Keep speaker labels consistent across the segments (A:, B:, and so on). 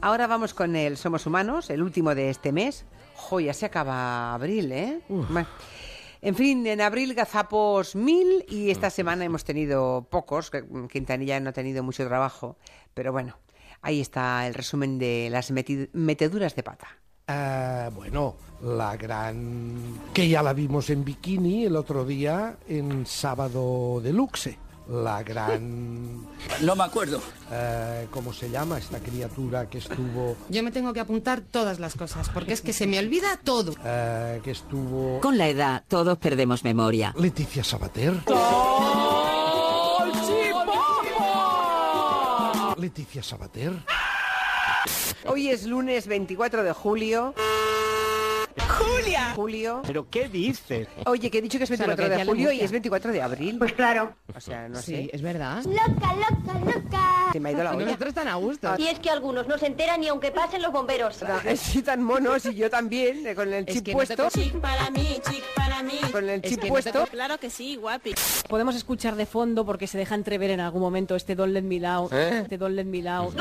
A: Ahora vamos con el Somos Humanos, el último de este mes. Jo, ya se acaba abril, ¿eh? Ma- En fin, en abril gazapos mil y esta semana hemos tenido pocos. que- mm, Quintanilla no ha tenido mucho trabajo, pero bueno, ahí está el resumen de las meti- meteduras de pata.
B: Ah, bueno, la gran... que ya la vimos en bikini el otro día en Sábado Deluxe. La gran...
C: No me acuerdo.
B: eh, ¿Cómo se llama esta criatura que estuvo...
D: Yo me tengo que apuntar todas las cosas, porque es que se me olvida todo.
B: eh, que estuvo...
E: Con la edad todos perdemos memoria.
B: Leticia Sabater. Leticia Sabater.
A: Hoy es lunes 24 de julio. ¡Julia! Julio.
F: ¿Pero qué dices?
A: Oye, que he dicho que es
D: O sea,
A: 24
D: lo que
A: de
D: decía la
A: julio y
D: Murcia.
A: es 24 de abril. Pues claro. O sea, no
D: Sí,
A: sé.
D: es verdad.
G: Loca, loca, loca.
A: Se me ha ido la olla.
D: Nosotros tan a gusto.
G: Y es que algunos no se enteran ni aunque pasen los bomberos.
A: Sí, tan monos y yo también, eh, con el
D: Es
A: chip
D: que no te
A: puesto.
H: Chic para mí, chic para mí.
A: Con el
D: Es
A: chip
D: que no te
A: puesto.
H: Claro que sí, guapi.
I: Podemos escuchar de fondo porque se deja entrever en algún momento este Don't Let Me Down, este Don't Let Me Down,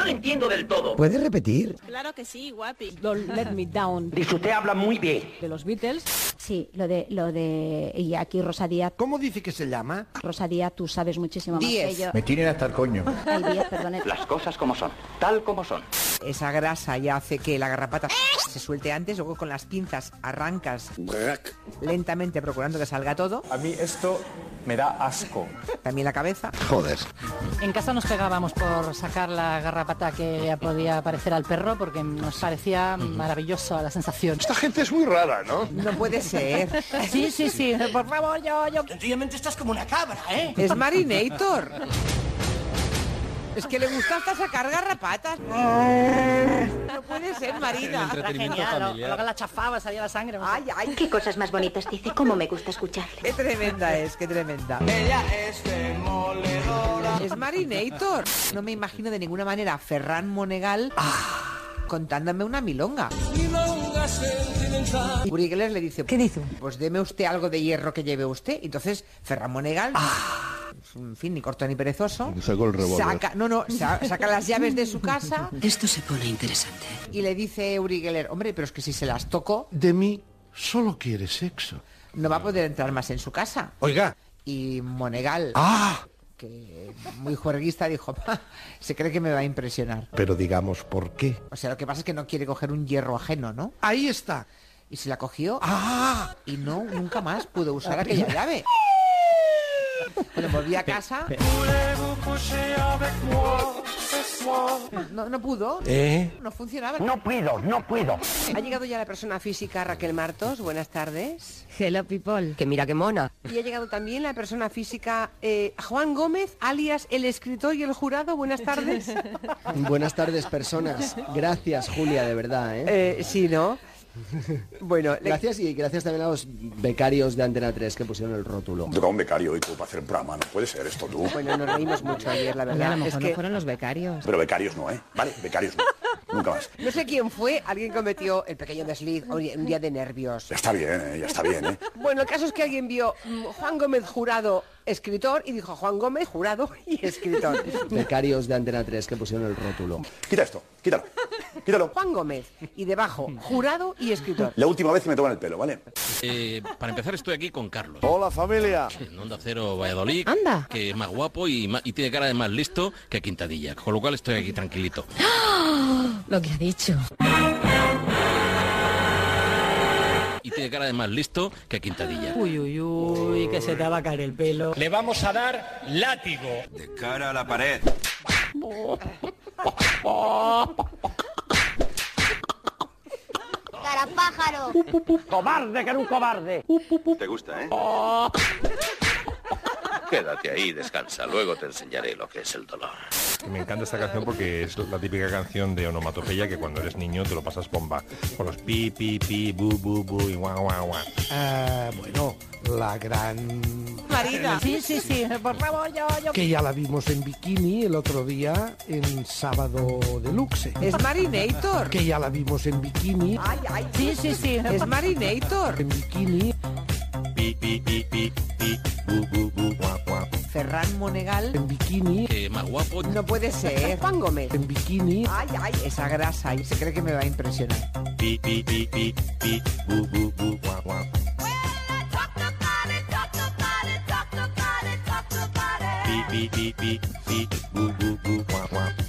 J: ¿Puedes repetir?
H: Claro que sí, guapi.
I: Don't Let Me Down
F: Dice, usted habla muy bien.
I: de los Beatles.
G: Sí, lo de, lo de, y aquí Rosadía,
B: ¿Cómo dice que se llama?
G: Rosadía, tú sabes muchísimo más
A: Diez.
G: que yo.
J: Me tienen hasta el coño.
G: Ay, diez, perdón.
C: Las cosas como son, tal como son.
A: Esa grasa ya hace que la garrapata se suelte antes, luego con las pinzas arrancas lentamente procurando que salga todo.
F: A mí esto me da asco.
A: También la cabeza.
J: Joder.
I: En casa nos pegábamos por sacar la garrapata que podía parecer al perro porque nos parecía maravillosa la sensación.
J: gente es muy rara, ¿no?
A: No puede ser.
I: Sí, sí, sí, por favor, yo, yo...
F: Sencillamente estás como una cabra, ¿eh?
A: Es Marinator. Es que le gusta hasta sacar garrapatas. No puede ser, Marina.
I: Luego la chafaba, salía la sangre.
A: Ay, ay,
G: Qué cosas más bonitas dice, cómo me gusta escucharle.
A: qué tremenda es, qué tremenda.
C: Ella es demoledora.
A: Es Marinator. No me imagino de ninguna manera a Ferran Monegal contándome una milonga. Y Brigles le dice,
E: ¿Qué dice?
A: Pues deme usted algo de hierro que lleve usted. Entonces, Ferran Monegal, en fin, ni corto ni perezoso,
J: Sacó el revólver.
A: saca, no, no, sa- saca las llaves de su casa
E: Esto se pone interesante.
A: y le dice Uri Geller, hombre, pero es que si se las toco,
B: De mí solo quiere sexo.
A: no va a poder entrar más en su casa.
B: Oiga.
A: Y Monegal,
B: ¡Ah!
A: que muy juerguista, dijo, "Pa, se cree que me va a impresionar.
B: Pero digamos, ¿por qué?
A: O sea, lo que pasa es que no quiere coger un hierro ajeno, ¿no?
B: Ahí está.
A: Y se la cogió
B: ¡Ah!
A: y no, nunca más pudo usar aquella llave. Cuando volví a casa, no, no pudo.
B: ¿Eh?
A: No funcionaba.
F: No puedo, no puedo.
A: Ha llegado ya la persona física Raquel Martos. Buenas tardes.
D: Hello, people.
E: Que mira qué mona.
A: Y ha llegado también la persona física eh, Juan Gómez, alias el escritor y el jurado. Buenas tardes.
F: Buenas tardes, personas. Gracias, Julia, de verdad, ¿eh?
A: Eh, sí, ¿no? Bueno, le-
F: Gracias y gracias también a los becarios de Antena 3 que pusieron el rótulo.
C: Toca un becario hoy tú para hacer un programa, no puede ser esto tú.
A: bueno, nos reímos mucho ayer, la
D: a
A: verdad.
D: lo mejor
A: Es
D: no
A: que
D: fueron los becarios.
C: Pero becarios no, ¿eh? Vale, becarios no. Nunca más.
A: no sé quién fue, alguien cometió el pequeño desliz oye, un día de nervios.
C: Ya está bien, ¿eh? Ya está bien, ¿eh?
A: Bueno, el caso es que alguien vio mm, Juan Gómez jurado escritor y dijo Juan Gómez jurado y escritor.
F: Becarios de Antena 3 que pusieron el rótulo.
C: Quita esto, quítalo. Quítalo.
A: Juan Gómez y debajo jurado y escritor.
C: La última vez que me toman el pelo, ¿vale?
K: Eh, para empezar estoy aquí con Carlos, eh,
J: Hola familia.
K: en Onda Cero Valladolid,
D: Anda.
K: que es más guapo y, ma- y tiene cara de más listo que Quintadilla, con lo cual estoy aquí tranquilito.
D: ¡Ah! Lo que ha dicho.
K: Y tiene cara de más listo que Quintadilla.
I: Uy, uy, uy, que se te va a caer el pelo.
F: Le vamos a dar látigo.
C: De cara a la pared.
G: Cara pájaro.
F: ¡Cobarde, que era un Ah. cobarde!
C: Te gusta, ¿eh? Quédate ahí, descansa. Luego te enseñaré lo que es el dolor.
J: Me encanta esta canción porque es la típica canción de onomatopeya que cuando eres niño te lo pasas bomba. Con los pi, pi, pi, bu, bu, bu y guau, guau, guau.
B: Ah, bueno, la gran...
A: Marina.
I: Sí, sí, sí, por favor, yo, yo...
B: que ya la vimos en bikini el otro día en Sábado Deluxe.
A: Es Marinator.
B: Que ya la vimos en bikini,
A: Ay, ay.
I: Sí, sí, sí.
A: Es Marinator.
B: en bikini.
J: Pi, pi, pi, pi, pi, bu, bu, bu, guau, guau.
A: Ferran Monegal.
B: En bikini.
K: más guapo.
A: No puede ser. Juan Gómez.
B: En bikini.
A: Ay, ay, esa grasa. Y se cree que me va a impresionar.
J: Pi, pi, pi, pi, pi, bu, bu, bu, guau, guau. Pi, pi, pi, pi, pi, bu, bu, bu, guau, guau.